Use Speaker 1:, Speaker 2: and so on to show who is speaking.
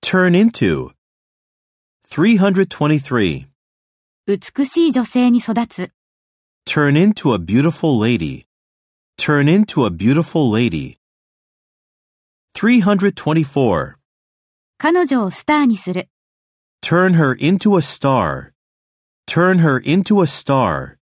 Speaker 1: turn into. 323.
Speaker 2: 美しい女性に育つ。
Speaker 1: Turn into a beautiful lady. Turn into a beautiful lady. 324.
Speaker 2: 彼女をスターにする。
Speaker 1: Turn her into a star. Turn her into a star.